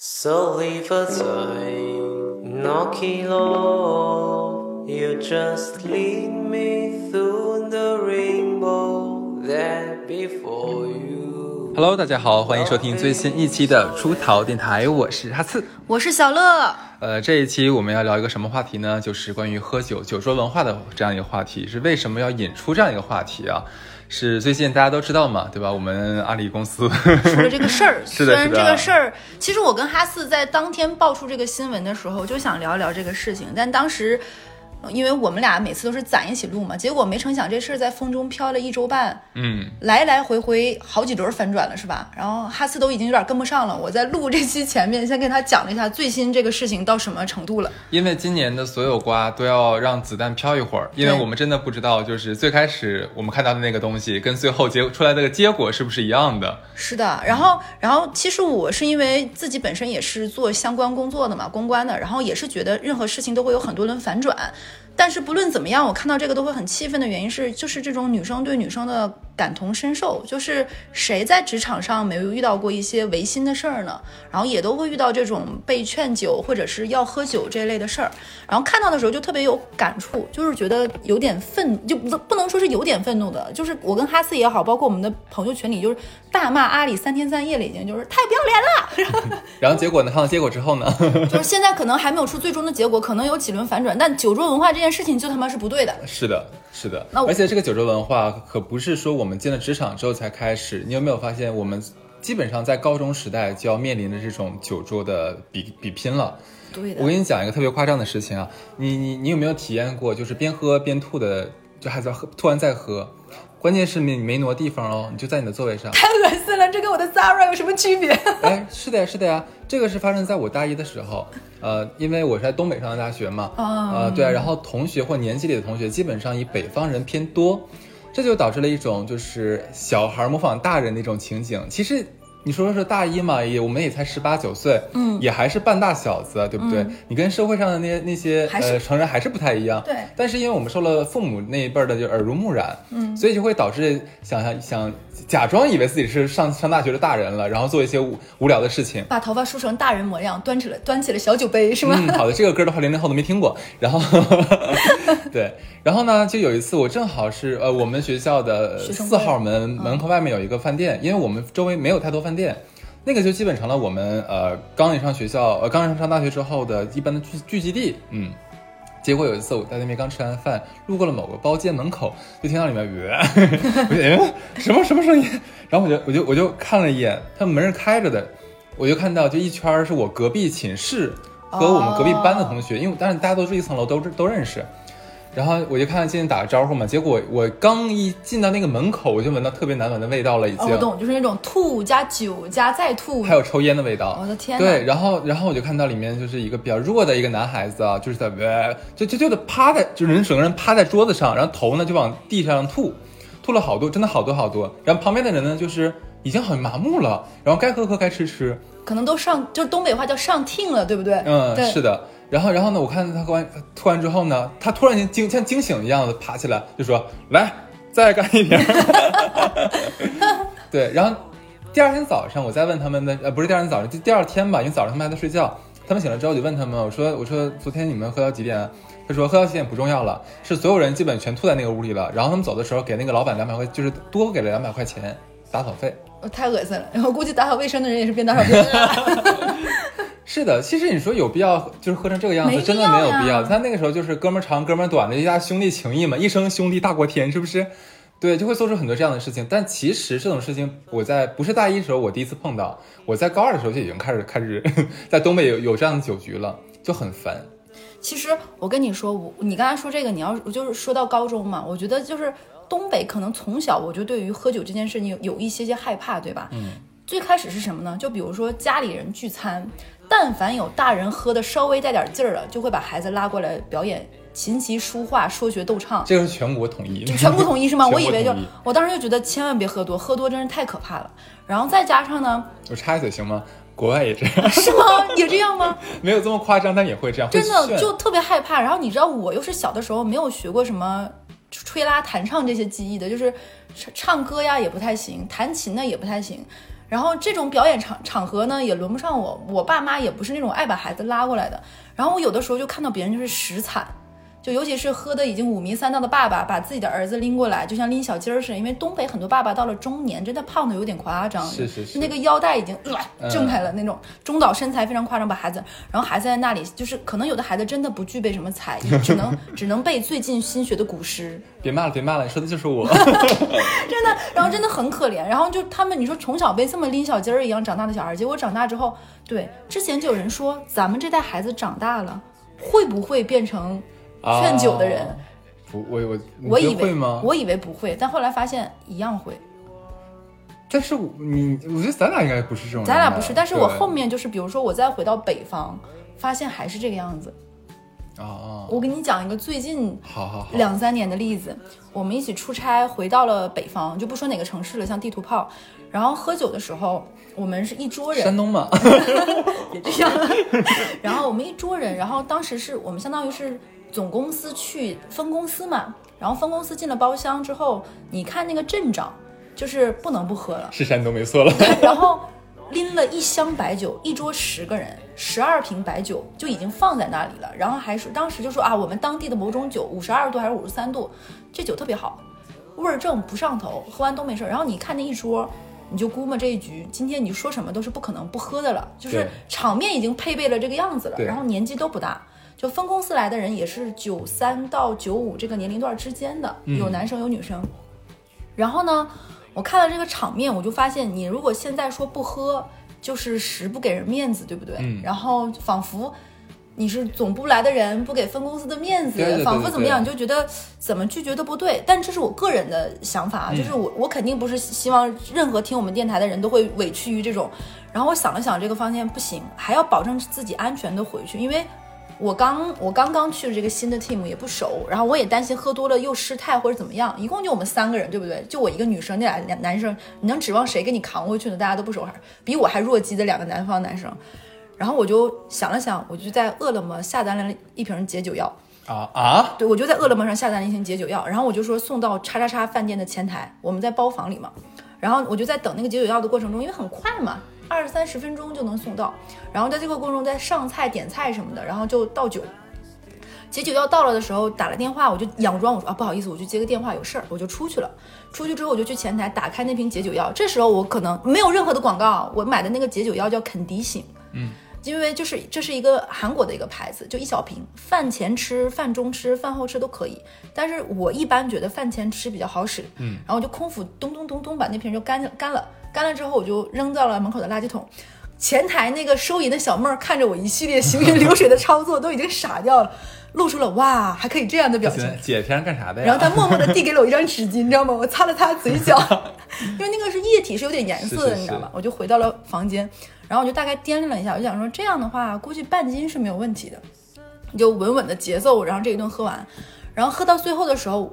So leave aside, no kilo. You just lead me through the rainbow that before you. Hello，大家好，欢迎收听最新一期的出逃电台，我是哈刺。我是 小乐，呃，这一期我们要聊一个什么话题呢？就是关于喝酒、酒桌文化的这样一个话题，是为什么要引出这样一个话题啊？是最近大家都知道嘛，对吧？我们阿里公司 出了这个事儿。是虽的啊然是这的个事儿，其实我跟哈四在当天爆出这个新闻的时候，就想聊一聊这个事情，但当时。呃因为我们俩每次都是攒一起录嘛，结果没成想这事儿在风中飘了一周半，嗯，来来回回好几轮反转了，是吧？然后哈斯都已经有点跟不上了。我在录这期前面先跟他讲了一下最新这个事情到什么程度了。因为今年的所有瓜都要让子弹飘一会儿，因为我们真的不知道，就是最开始我们看到的那个东西跟最后结出来的结果是不是一样的？是的，然后，然后其实我是因为自己本身也是做相关工作的嘛，公关的，然后也是觉得任何事情都会有很多轮反转，但是不论怎么样，我看到这个都会很气愤的原因是，就是这种女生对女生的感同身受，就是谁在职场上没有遇到过一些违心的事儿呢？然后也都会遇到这种被劝酒或者是要喝酒这类的事儿，然后看到的时候就特别有感触，就是觉得有点愤，就不不能说是有点愤怒的，就是我跟哈斯也好，包括我们的朋友群里，就是大骂阿里三天三夜了，已经就是太不要脸了。 然后结果呢？看到结果之后呢？就是现在可能还没有出最终的结果，可能有几轮反转，但酒桌文化这件事情就他妈是不对的。是的，是的。那我而且这个酒桌文化可不是说我们进了职场之后才开始。你有没有发现，我们基本上在高中时代就要面临着这种酒桌的比比拼了？对我跟你讲一个特别夸张的事情啊，你你你有没有体验过，就是边喝边吐的，就还在喝，突然在喝，关键是你没挪地方哦，你就在你的座位上。太恶心了，这跟我的 Zara 有什么区 别？哎，是的呀，是的呀，这个是发生在我大一的时候，呃，因为我是在东北上的大学嘛，嗯呃，对啊，然后同学或年级里的同学基本上以北方人偏多，这就导致了一种就是小孩模仿大人的一种情景。其实你说说大一嘛，也我们也才十八九岁，嗯也还是半大小子，啊对不对？你跟社会上的那些那些还是呃成人还是不太一样，对但是因为我们受了父母那一辈儿的就耳濡目染，嗯，所以就会导致想想想假装以为自己是上上大学的大人了，然后做一些无无聊的事情。把头发梳成大人模样，端起了端起了小酒杯，是吗？嗯，好的，这个歌的话，零零后都没听过。然 后，对，然后呢，就有一次我正好是呃，我们学校的学生会嗯四号门门口外面有一个饭店，因为我们周围没有太多饭店，那个就基本成了我们呃刚一上学校呃刚一上大学之后的一般的聚聚集地，嗯。结果有一次我在那边刚吃完饭，路过了某个包间门口，就听到里面呃，我就哎什么什么声音，然后我就我就我就看了一眼，他门是开着的，我就看到就一圈儿是我隔壁寝室和我们隔壁班的同学，因为但是大家都住一层楼，都都认识。然后我就看进去打个招呼嘛，结果我刚一进到那个门口，我就闻到特别难闻的味道了，已哦，经。我懂，就是那种吐加酒加再吐，哦还有抽烟的味道。我的天哪对，然后然后我就看到里面就是一个比较弱的一个男孩子啊，就是在呃就就就得趴在，就人整个人趴在桌子上，然后头呢就往地上吐，吐了好多，真的好多好多。然后旁边的人呢就是已经很麻木了，然后该喝喝该吃吃，可能都上，就是东北话叫上听了，对不对？嗯，对是的。然后然后呢，我看他喝完吐完之后呢，他突然间惊像惊醒一样的爬起来，就说来再干一瓶。 对，然后第二天早上我再问他们的，呃，不是第二天早上，就第二天吧，因为早上他们还在睡觉。他们醒了之后，我就问他们，我说我说昨天你们喝到几点啊？他说喝到几点不重要了，是所有人基本全吐在那个屋里了。然后他们走的时候给那个老板两百块，就是多给了两百块钱打扫费。我太恶心了。 然后估计打扫卫生的人也是边打扫边 拉。是的，其实你说有必要就是喝成这个样子，没必真的没有必要要。呀他那个时候就是哥们儿长哥们儿短的一家兄弟情谊嘛，一生兄弟大过天，是不是？对，就会做出很多这样的事情。但其实这种事情，我在不是大一的时候我第一次碰到，我在高二的时候就已经开始开始 在东北有有这样的酒局了，就很烦。其实我跟你说，我你刚才说这个，你要就是说到高中嘛，我觉得就是东北可能从小我就对于喝酒这件事情有有一些些害怕，对吧？嗯。最开始是什么呢？就比如说家里人聚餐，但凡有大人喝的稍微带点劲儿了，就会把孩子拉过来表演琴棋书画、说学逗唱。这个是全国统一，全国统一 是吗？全我国以为就统一，我当时就觉得千万别喝多，喝多真是太可怕了。然后再加上呢， 我插一嘴行吗？国外也这样， 是吗？也这样吗？没有这么夸张，但也会这样，会真的炫就特别害怕。然后你知道，我又是小的时候没有学过什么吹拉弹唱这些技艺的，就是唱唱歌呀也不太行，弹琴呢也不太行。然后这种表演场场合呢，也轮不上我，我爸妈也不是那种爱把孩子拉过来的。然后我有的时候就看到别人就是实惨，就尤其是喝的已经五迷三道的爸爸，把自己的儿子拎过来，就像拎小鸡儿似的。因为东北很多爸爸到了中年，真的胖的有点夸张，是是是就那个腰带已经、嗯呃、挣开了那种，中岛身材非常夸张，把孩子，然后孩子在那里，就是可能有的孩子真的不具备什么才艺，只能只能背最近新学的古诗，别骂了，别骂了，你说的就是我。真的，然后真的很可怜。然后就他们，你说从小被这么拎小鸡儿一样长大的小孩，结果长大之后，对，之前就有人说，咱们这代孩子长大了，会不会变成 劝酒的人？啊不，我我你我觉以得会为吗？我以为不会，但后来发现一样会。但是我你，我觉得咱俩应该不是这种人吧，咱俩不是，但是我嗯对后面就是，比如说我再回到北方，发现还是这个样子。啊啊，我给你讲一个最近好好好，两三年的例子，我们一起出差回到了北方，就不说哪个城市了，像地图炮。然后喝酒的时候，我们是一桌人，山东嘛，别这样。然后我们一桌人，然后当时是我们相当于是总公司去分公司嘛，然后分公司进了包厢之后，你看那个镇长就是不能不喝了， 是山东没错了。然后拎了一箱白酒，一桌十个人，十二瓶白酒就已经放在那里了。然后还说，当时就说啊，我们当地的某种酒，五十二度还是五十三度，这酒特别好，味儿正不上头，喝完都没事儿。然后你看那一桌。你就估摸这一局，今天你说什么都是不可能不喝的了，就是对场面已经配备了这个样子了，对然后年纪都不大，就分公司来的人也是九三到九五这个年龄段之间的，嗯有男生有女生。然后呢，我看了这个场面，我就发现，你如果现在说不喝，就是实不给人面子，对不对？嗯然后仿佛你是总部来的人，不给分公司的面子，对对对仿佛怎么样，你对就觉得怎么拒绝都不对。但这是我个人的想嗯法啊，就是我我肯定不是希望任何听我们电台的人都会委屈于这种。然后我想了想，这个方向不行，还要保证自己安全的回去，因为我刚我刚刚去这个新的 team 也不熟，然后我也担心喝多了又失态或者怎么样。一共就我们三个人，对不对？就我一个女生，那俩男男生，你能指望谁给你扛回去呢？大家都不熟，还比我还弱鸡的两个南方男生。然后我就想了想，我就在饿了么下单了一瓶解酒药，啊啊！对我就在饿了么上下单了一瓶解酒药，然后我就说送到叉叉叉饭店的前台，我们在包房里嘛，然后我就在等那个解酒药的过程中，因为很快嘛，二三十分钟就能送到，然后在这个过程中在上菜、点菜什么的，然后就倒酒。解酒药到了的时候，打了电话，我就佯装我说啊不好意思，我去接个电话有事儿，我就出去了。出去之后我就去前台打开那瓶解酒药，这时候我可能没有任何的广告啊，我买的那个解酒药叫肯迪醒，因为就是这是一个韩国的一个牌子，就一小瓶，饭前吃、饭中吃、饭后吃都可以。但是我一般觉得饭前吃比较好使，嗯，然后我就空腹咚咚咚咚把那瓶就干干了，干了之后我就扔到了门口的垃圾桶。嗯前台那个收银的小妹儿看着我一系列行云流水的操作，都已经傻掉了，露出了哇还可以这样的表情。姐平常干啥的呀？然后他默默地递给了我一张纸 巾，你知道吗？我擦了擦嘴角，因为那个是液体，是有点颜色的，是是你知道吧是？我就回到了房间，然后我就大概掂量了一下，我就想说这样的话，估计半斤是没有问题的，你就稳稳的节奏，然后这一顿喝完，然后喝到最后的时候。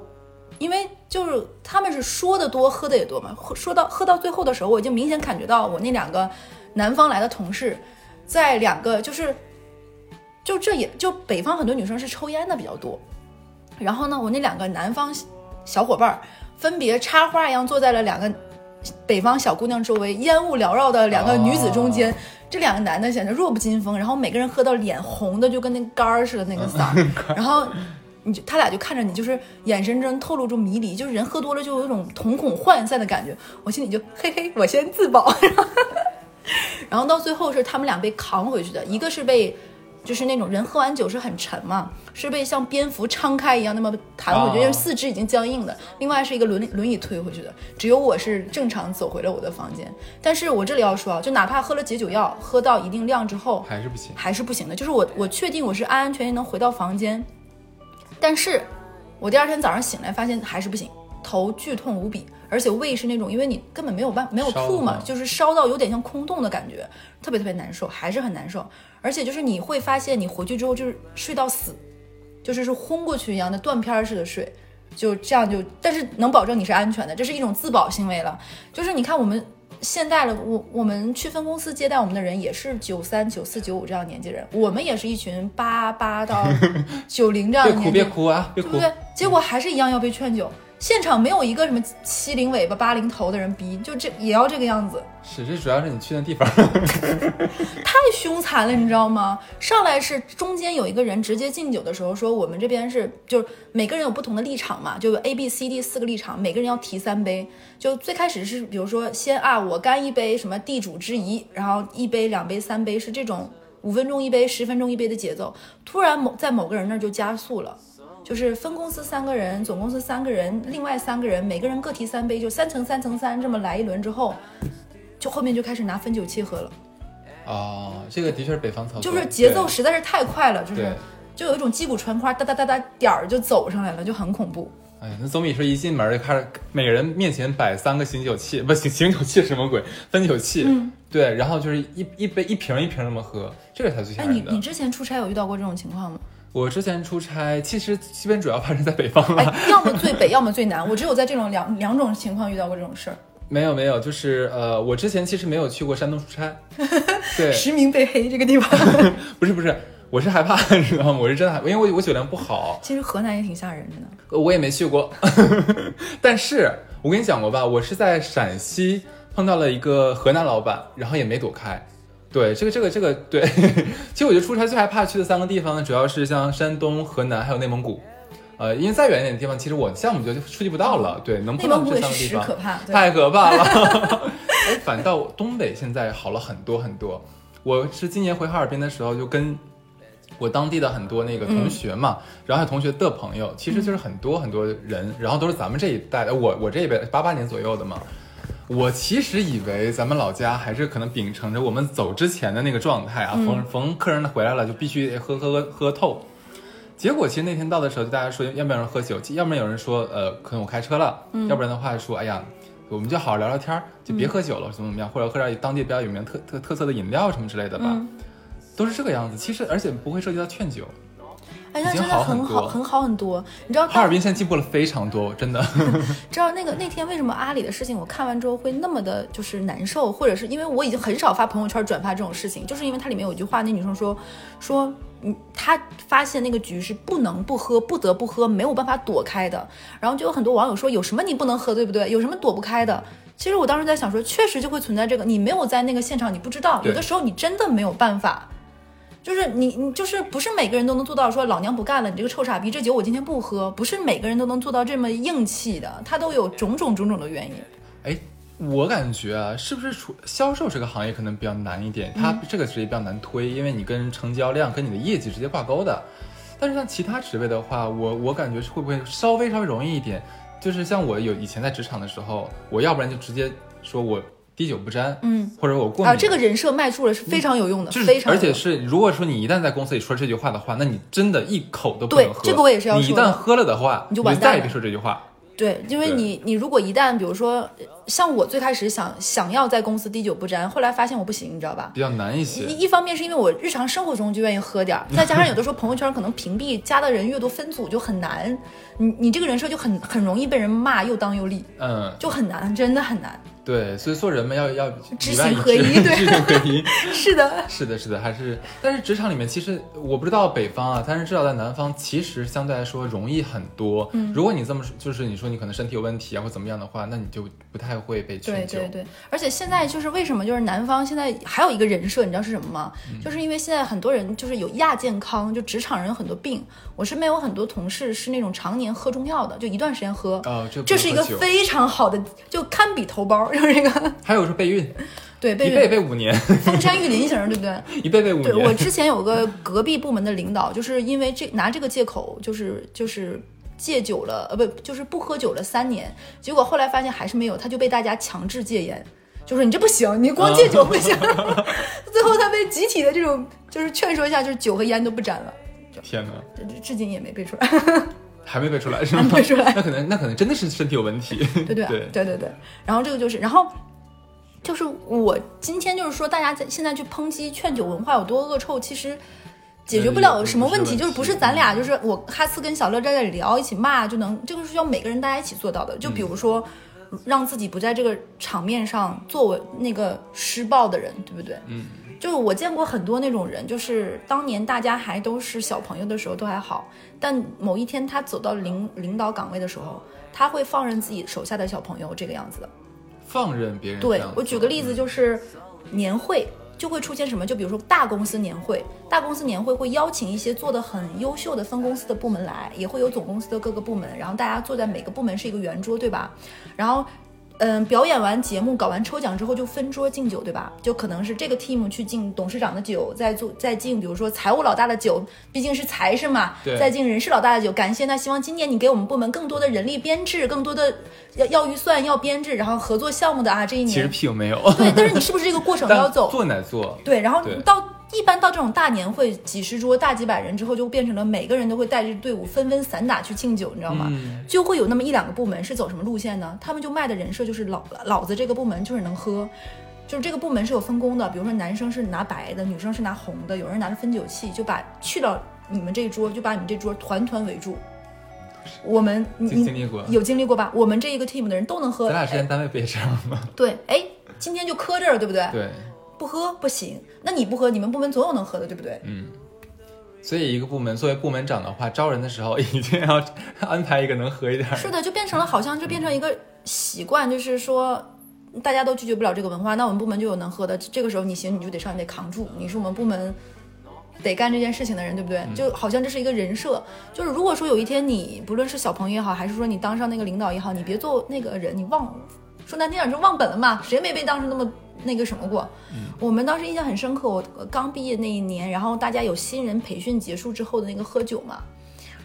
因为就是他们是说的多，喝的也多嘛。喝说到喝到最后的时候，我已经明显感觉到我那两个南方来的同事，在两个就是，就这也就北方很多女生是抽烟的比较多，然后呢，我那两个南方小伙伴儿分别插花一样坐在了两个北方小姑娘周围，烟雾缭绕的两个女子中间。这两个男的显得弱不禁风，然后每个人喝到脸红的就跟那杆儿 似的那个色儿，然后你就他俩就看着你，就是眼神中透露出迷离，就是人喝多了就有一种瞳孔涣散的感觉。我心里就嘿嘿，我先自保。 然后到最后是他们俩被扛回去的，一个是被，就是那种人喝完酒是很沉嘛，是被像蝙蝠撑开一样那么弹回去，啊因为四肢已经僵硬的。另外是一个轮轮椅推回去的，只有我是正常走回了我的房间。但是我这里要说啊，就哪怕喝了解酒药，喝到一定量之后，还是不行。还是不行的。就是我我确定我是安安全全能回到房间，但是我第二天早上醒来发现还是不行，头剧痛无比，而且胃是那种因为你根本没有办没有烧吐嘛嘛，就是烧到有点像空洞的感觉，特别特别难受，还是很难受。而且就是你会发现你回去之后就是睡到死，就是是昏过去一样的断片儿似的睡。就这样就，但是能保证你是安全的，这是一种自保行为了。就是你看我们现代了，我我们去分公司接待我们的人也是九三、九四、九五这样的年纪人，我们也是一群 八八到九零这样别的年哭纪别人，哭啊，别对不哭！对？结果还是一样要被劝酒。现场没有一个什么七零尾巴八零头的人逼，就这也要这个样子，是这主要是你去那地 方，太凶残了，你知道吗？上来是中间有一个人直接敬酒的时候说，我们这边是就是每个人有不同的立场嘛，就有 A、B、C、D 四个立场，每个人要提三杯。就最开始是比如说先啊，我干一杯什么地主之谊，然后一杯、两杯、三杯是这种五分钟一杯、十分钟一杯的节奏，突然某在某个人那儿就加速了。就是分公司三个人，总公司三个人，另外三个人每个人各提三杯，就三乘三乘三这么来一轮之后，就后面就开始拿分酒器喝了，哦，这个的确是北方操作，就是节奏对实在是太快了，就是对就有一种击鼓传花，哒哒哒哒点儿就走上来了，就很恐怖。哎呀，那总比是一进门就开始每个人面前摆三个醒酒器，不醒醒酒器是什么鬼？分酒器，嗯对，然后就是一一杯一瓶一瓶那么喝，这个才最吓哎，人你的。你之前出差有遇到过这种情况吗？我之前出差，其实基本主要发生在北方了，哎，要么最北，要么最南，我只有在这种两两种情况遇到过这种事儿。没有没有，就是呃，我之前其实没有去过山东出 差，对，实名被黑这个地方， 不是不是，我是害怕， 你知道吗？我是真的害怕，因为我我酒量不好，其实河南也挺吓人的。呃我也没去过， 但是我跟你讲过吧，我是在陕西碰到了一个河南老板，然后也没躲开。对，这个这个这个对， 其实我觉得出差最害怕去的三个地方呢，主要是像山东、河南还有内蒙古。呃，因为再远一点的地方，其实我项目就就触及不到了。对，能内碰到蒙古这也三个是地实方可，怕，对，太可怕了。哎，反倒东北现在好了很多很多。我是今年回哈尔滨的时候，就跟我当地的很多那个同学嘛，然后还有同学的朋友，其实就是很多很多人，然后都是咱们这一代，呃我我这一辈八八年左右的嘛。我其实以为咱们老家还是可能秉承着我们走之前的那个状态啊，逢逢客人回来了就必须喝喝喝喝透。结果其实那天到的时候，就大家说，要不然有人喝酒，要不然有人说，呃，可能我开车了，要不然的话说，哎呀，我们就好好聊聊天儿，就别喝嗯酒了，怎么怎么样，或者喝点当地比较有名的特特特色的饮料什么之类的吧，嗯都是这个样子。其实而且不会涉及到劝酒。哎，已那经真好的很很好，多很好很多。你知道哈当尔滨现在进步了非常多，真的。 知道那个那天为什么阿里的事情，我看完之后会那么的，就是难受，或者是因为我已经很少发朋友圈转发这种事情，就是因为它里面有一句话，那女生说说，嗯，她发现那个局是不能不喝，不得不喝，没有办法躲开的。然后就有很多网友说，有什么你不能喝，对不对？有什么躲不开的？其实我当时在想说，确实就会存在这个，你没有在那个现场，你不知道，对有的时候你真的没有办法。就是你，你就是不是每个人都能做到说老娘不干了，你这个臭傻逼，这酒我今天不喝，不是每个人都能做到这么硬气的，他都有种种种种的原因。哎，我感觉啊，是不是除销售这个行业可能比较难一点，嗯它这个职业比较难推，因为你跟成交量跟你的业绩直接挂钩的。但是像其他职位的话，我我感觉会不会稍微稍微容易一点？就是像我有以前在职场的时候，我要不然就直接说我滴酒不沾，嗯，或者我过敏。嗯啊，这个人设迈出了是非常有用的，就是非常而有用且是，如果说你一旦在公司里说这句话的话，那你真的一口都不对能喝。这个我也是要你一说的旦喝了的话，你就就完蛋再也了别说这句话。对，因为对你你如果一旦比如说呃像我最开始想想要在公司滴酒不沾，后来发现我不行，你知道吧？比较难一些。一一方面是因为我日常生活中就愿意喝点儿，再加上有的时候朋友圈可能屏蔽加的人越多，分组就很难，你你这个人设就很很容易被人骂，又当又立，嗯，就很难，真的很难。 对，所以做人们要要知里外行合一致对知行合一。是的，是的，是的，还是，但是职场里面其实我不知道北方啊，但是至少在南方，其实相对来说容易很多。嗯，如果你这么说，就是你说你可能身体有问题啊，或怎么样的话，那你就不太会被对劝酒。对对，而且现在就是为什么就是南方现在还有一个人设，你知道是什么吗？嗯就是因为现在很多人就是有亚健康，就职场人有很多病。我身边有很多同事是那种常年喝中药的，就一段时间喝，哦这不这是一个喝酒非常好的，就堪比头孢，就是这个还有说备孕，对一被备备五年，封山育林型儿，对不对？一备备五对我年。之前有个隔壁部门的领导，就是因为这拿这个借口，就是就是戒酒了，呃，不，就是不喝酒了三年，结果后来发现还是没有，他就被大家强制戒烟，就说你这不行，你光戒酒不行。啊 最后他被集体的这种就是劝说下，就是酒和烟都不沾了，天哪，这这至今也没背出来， 还没背出来是吗还？没背出来。 那可能那可能真的是身体有问题。对啊对对对对对。然后这个就是，然后就是我今天就是说，大家在现在去抨击劝酒文化有多恶臭，其实解决不了什么问题，嗯就是不是咱俩，就是我哈斯跟小乐在这里聊，一起骂就能，这个是需要每个人大家一起做到的。就比如说。让自己不在这个场面上作为那个施暴的人，对不对？嗯，就是我见过很多那种人，就是当年大家还都是小朋友的时候都还好，但某一天他走到领领导岗位的时候，他会放任自己手下的小朋友这个样子的。放任别人这对样子。嗯我举个例子，就是年会就会出现什么，就比如说大公司年会，大公司年会会邀请一些做的很优秀的分公司的部门来，也会有总公司的各个部门，然后大家坐在每个部门是一个圆桌，对吧？然后。嗯，表演完节目，搞完抽奖之后就分桌敬酒，对吧？就可能是这个 team 去敬董事长的酒，再做再敬，比如说财务老大的酒，毕竟是财神嘛，对再敬人事老大的酒，感谢那希望今年你给我们部门更多的人力编制，更多的要要预算，要编制，然后合作项目的啊，这一年其实屁用没有。 对，但是你是不是这个过程都要但走？嗯做乃做，对，然后对到一般到这种大年会，几十桌大几百人之后，就变成了每个人都会带着队伍纷纷散打去敬酒，你知道吗？嗯就会有那么一两个部门是走什么路线呢？他们就卖的人设就是老老子这个部门就是能喝。就是这个部门是有分工的，比如说男生是拿白的，女生是拿红的，有人拿着分酒器，就把去到你们这一桌，就把你们这桌团团围住。我们你经经历过有经历过吧？我们这一个 team 的人都能喝，咱俩之哎前单位不也这样吗？对，哎，今天就磕这儿，对不对？对，不喝不行，那你不喝，你们部门总有能喝的，对不对？嗯。所以一个部门作为部门长的话，招人的时候一定要 安排一个能喝一点儿。是的，就变成了好像就变成一个习惯，就是说大家都拒绝不了这个文化，那我们部门就有能喝的，这个时候你行你就得上，你得扛住，你是我们部门。得干这件事情的人，对不对？就好像这是一个人设，就是如果说有一天你不论是小朋友也好，还是说你当上那个领导也好，你别做那个人，你忘说难听点就忘本了嘛，谁没被当时那么那个什么过？我们当时印象很深刻，我呃刚毕业那一年，然后大家有新人培训结束之后的那个喝酒嘛，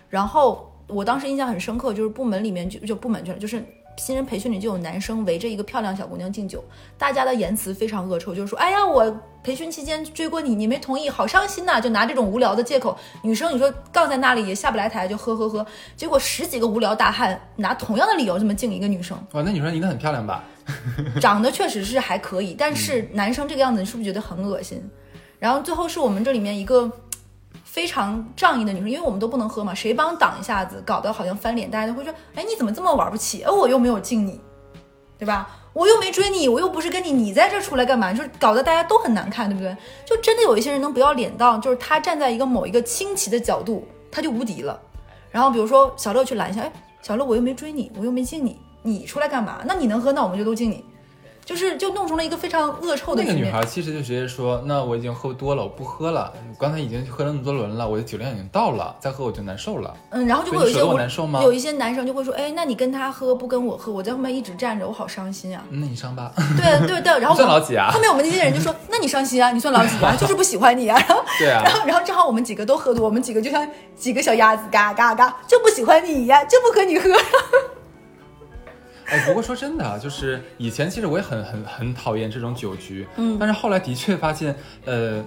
然后我当时印象很深刻，就是部门里面就就部门去了，就是新人培训里就有男生围着一个漂亮小姑娘敬酒，大家的言辞非常恶臭，就是说，哎呀，我培训期间追过你，你没同意，好伤心呐、就拿这种无聊的借口，女生你说杠在那里也下不来台，就呵呵呵，结果十几个无聊大汉拿同样的理由这么敬一个女生，哇，那女生一定很漂亮吧？长得确实是还可以，但是男生这个样子，你是不是觉得很恶心？然后最后是我们这里面一个嘖非常仗义的女生，因为我们都不能喝嘛，谁帮挡一下子，搞得好像翻脸，大家都会说，哎，你怎么这么玩不起？哎，我又没有敬你，对吧？我又没追你，我又不是跟你，你在这出来干嘛？就是搞得大家都很难看，对不对？就真的有一些人能不要脸到，就是他站在一个某一个清奇的角度，他就无敌了。然后比如说小乐去拦一下，哎，小乐我又没追你，我又没敬你，你出来干嘛？那你能喝，那我们就都敬你，就是就弄成了一个非常恶臭的那个局女面。孩其实就直接说：“那我已经喝多了，我不喝了。我刚才已经喝了那么多轮了，我的酒量已经到了，再喝我就难受了。嗯，然后就会所有以你一些舍得我无难受吗有一些男生就会说，哎，那你跟他喝不跟我喝，我在后面一直站着，我好伤心啊。嗯那你上吧，对对对，然 后你算我老几啊后？面我们那些人就说，那你伤心啊，你算老几啊？ 就是不喜欢你啊。然后对啊然，后然后正好我们几个都喝多，我们几个就像几个小鸭子，嘎嘎嘎，就不喜欢你呀，就不和你喝。哎，不过说真的啊，就是以前其实我也很很很讨厌这种酒局，嗯，但是后来的确发现，呃，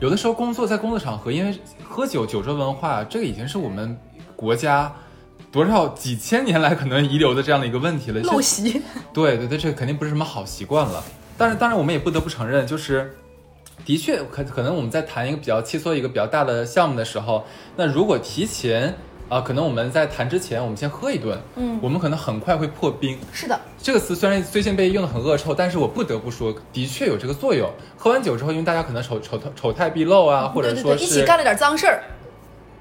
有的时候工作在工作场合，因为喝酒酒桌文化，这个已经是我们国家多少几千年来可能遗留的这样的一个问题了。陋习，对对对，这肯定不是什么好习惯了。但是当然，我们也不得不承认，就是的确可可能我们在谈一个比较切磋一个比较大的项目的时候，那如果提前啊、可能我们在谈之前，我们先喝一顿，嗯，我们可能很快会破冰。是的，这个词虽然最近被用的很恶臭，但是我不得不说，的确有这个作用。喝完酒之后，因为大家可能丑丑丑态毕露啊，或者对说对对，一起是干了点脏事儿。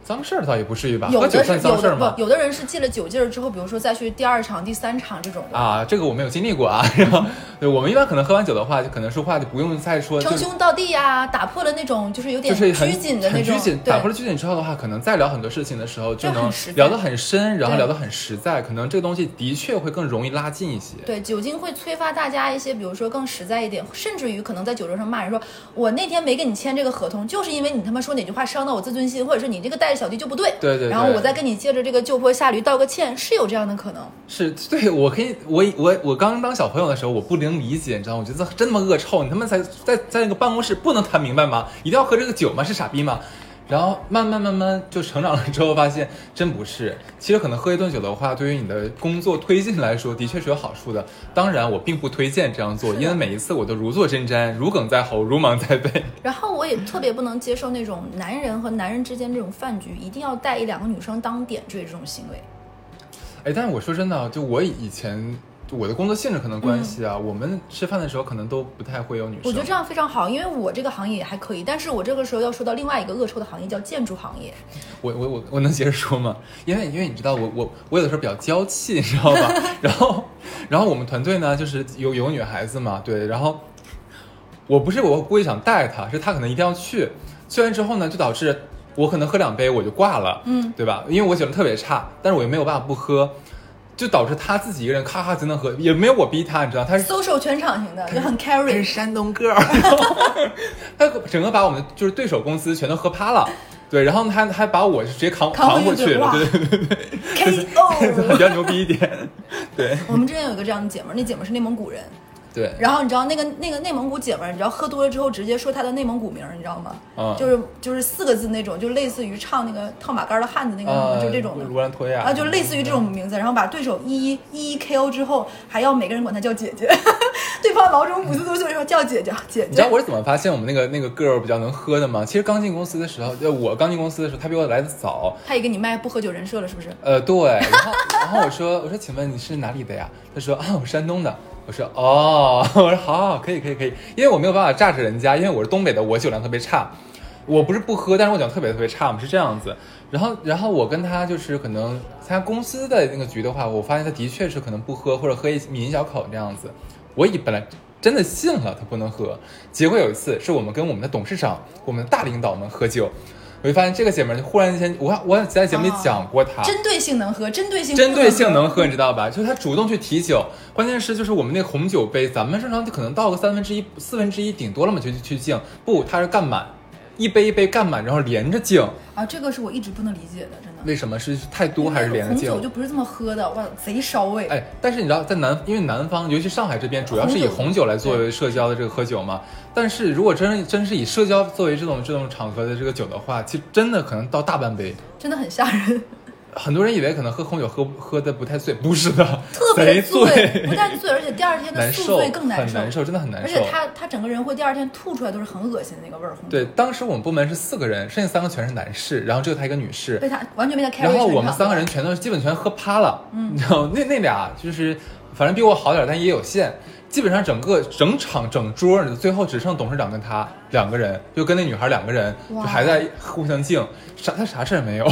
脏事儿，倒也不至于吧？有喝酒的是算脏有事儿的吗不，？有的人是借了酒劲儿之后，比如说再去第二场、第三场这种的，啊，这个我没有经历过啊。 然后，对我们一般可能喝完酒的话，就可能说话就不用再说，就称是兄道弟呀、打破了那种就是有点就是很拘谨的那很种，拘谨。对打破了拘谨之后的话，可能再聊很多事情的时候，就就很能实在聊得很深，然后对聊得很实在。可能这个东西的确会更容易拉近一些。对，酒精会催发大家一些，比如说更实在一点，甚至于可能在酒桌上骂人说，我那天没跟你签这个合同，就是因为你他妈说哪句话伤到我自尊心，或者是你这个带着小弟就不对，对对然后对我再跟你借着这个旧坡下驴道个歉，是有这样的可能。是对我可以，我我我刚当小朋友的时候，我不能理解，你知道吗？我觉得真他妈恶臭，你他妈在在在那个办公室不能谈明白吗？一定要喝这个酒吗？是傻逼吗？然后慢慢慢慢就成长了之后，发现真不是。其实可能喝一顿酒的话，对于你的工作推进来说，的确是有好处的。当然，我并不推荐这样做，因为每一次我都如坐针毡，如鲠在喉，如芒在背。然后我也特别不能接受那种男人和男人之间这种饭局，一定要带一两个女生当点缀这种行为。哎，但是我说真的啊，就我以前我的工作性质可能关系啊，我们吃饭的时候可能都不太会有女生。嗯我觉得这样非常好，因为我这个行业也还可以，但是我这个时候要说到另外一个恶臭的行业，叫建筑行业。我我我我能接着说吗？因为因为你知道我我我有的时候比较娇气，你知道 吧？然后然后我们团队呢，就是有有女孩子嘛，对，然后我不是我故意想带她，是她可能一定要去，去完之后呢，就导致我可能喝两杯我就挂了，嗯，对吧？因为我酒量特别差，但是我又没有办法不喝，就导致她自己一个人咔咔在那喝，也没有我逼她，你知道，她是 social 全场型的，就很她是 carry。山东 girl，然后她整个把我们就是对手公司全都喝趴了。对，然后她还把我直接扛扛回过去去了，哇对对对比 KO。较牛逼一 点。对 我们之前有一个这样的姐们儿，那姐们儿是内蒙古人，对，然后你知道那个那个内蒙古姐们儿，你知道喝多了之后直接说她的内蒙古名儿，你知道吗？嗯 就是就是四个字那种，就类似于唱那个套马杆儿的汉子那个什么，呃，就这种的。卢兰托亚啊，就类似于这种名字，然后把对手一一一一 KO 之后，还要每个人管她叫姐 姐，对方老中五四多岁的时候叫姐姐姐你知道姐。我是怎么发现我们那个那个 girl 比较能喝的吗？其实刚进公司的时候，呃，我刚进公司的时候，她比我来的早。他也给你卖不喝酒人设了，是不是？呃，对，然后然后我说我说，请问你是哪里的呀？她说啊，我是山东的。我说哦， 我说好，好可以可以可以，因为我没有办法榨着人家，因为我是东北的，我酒量特别差。我不是不喝，但是我酒量特别特别差，我们是这样子。然后，然后我跟她就是可能参加公司的那个局的话，我发现她的确是可能不喝，或者喝一抿一小口这样子。我以本来真的信了他不能喝，结果有一次是我们跟我们的董事长、我们的大领导们喝酒，我就发现这个姐们儿就忽然间，我我在节目里讲过她，针对性能喝，针对性针对不性能喝能喝，你知道吧？就是她主动去提酒，关键是就是我们那个红酒杯，咱们正常就可能倒个三分之一、四分之一顶多了嘛，就去敬，不，她是干满，一杯一杯干满，然后连着敬，啊，这个是我一直不能理解的，真的。为什么是太多还是连着红酒敬就？不是这么喝的，哇，贼烧胃。哎，但是你知道，在南，因为南方，尤其上海这边，主要是以红酒来作为社交的这个喝酒嘛。但是如果真真是以社交作为这种这种场合的这个酒的话，其实真的可能到大半杯。真的很吓人，很多人以为可能喝红酒喝喝的不太醉，不是的，特贼别醉，不但醉，而且第二天的难宿受，醉更很受，难受，真的很而难且受。他他整个人会第二天吐出来都是很恶心的那个味儿，红酒对，当时我们部门是四个人，剩下三个全是男士，然后只有他一个女士。被他完全被他 carry 然后全我们场三个人全都基本全喝趴了，嗯你知道那那俩就是反正比我好点儿，但也有限。基本上整个整场整桌，最后只剩董事长跟他两个人，就跟那女孩两个人，就哇还在互相敬，啥他啥事儿没有，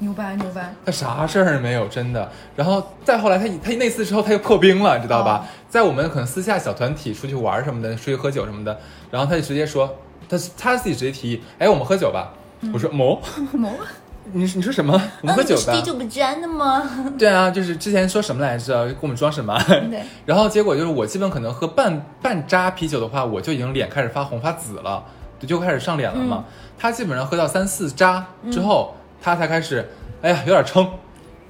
牛掰牛掰，他啥事儿没有，真的。然后再后来他他那次之后他又破冰了，你知道吧？在我们可能私下小团体出去玩什么的，出去喝酒什么的，然后他就直接说，他他自己直接提议，哎，我们喝酒吧。我说某， 萌。你你说什么？我们喝酒吧。啊地就不沾的吗？ 对啊，就是之前说什么来着，跟我们装什么，对，然后结果就是我基本可能喝半半扎啤酒的话，我就已经脸开始发红发紫了，就就开始上脸了嘛。嗯他基本上喝到三四扎之后，他才开始，哎呀，有点撑。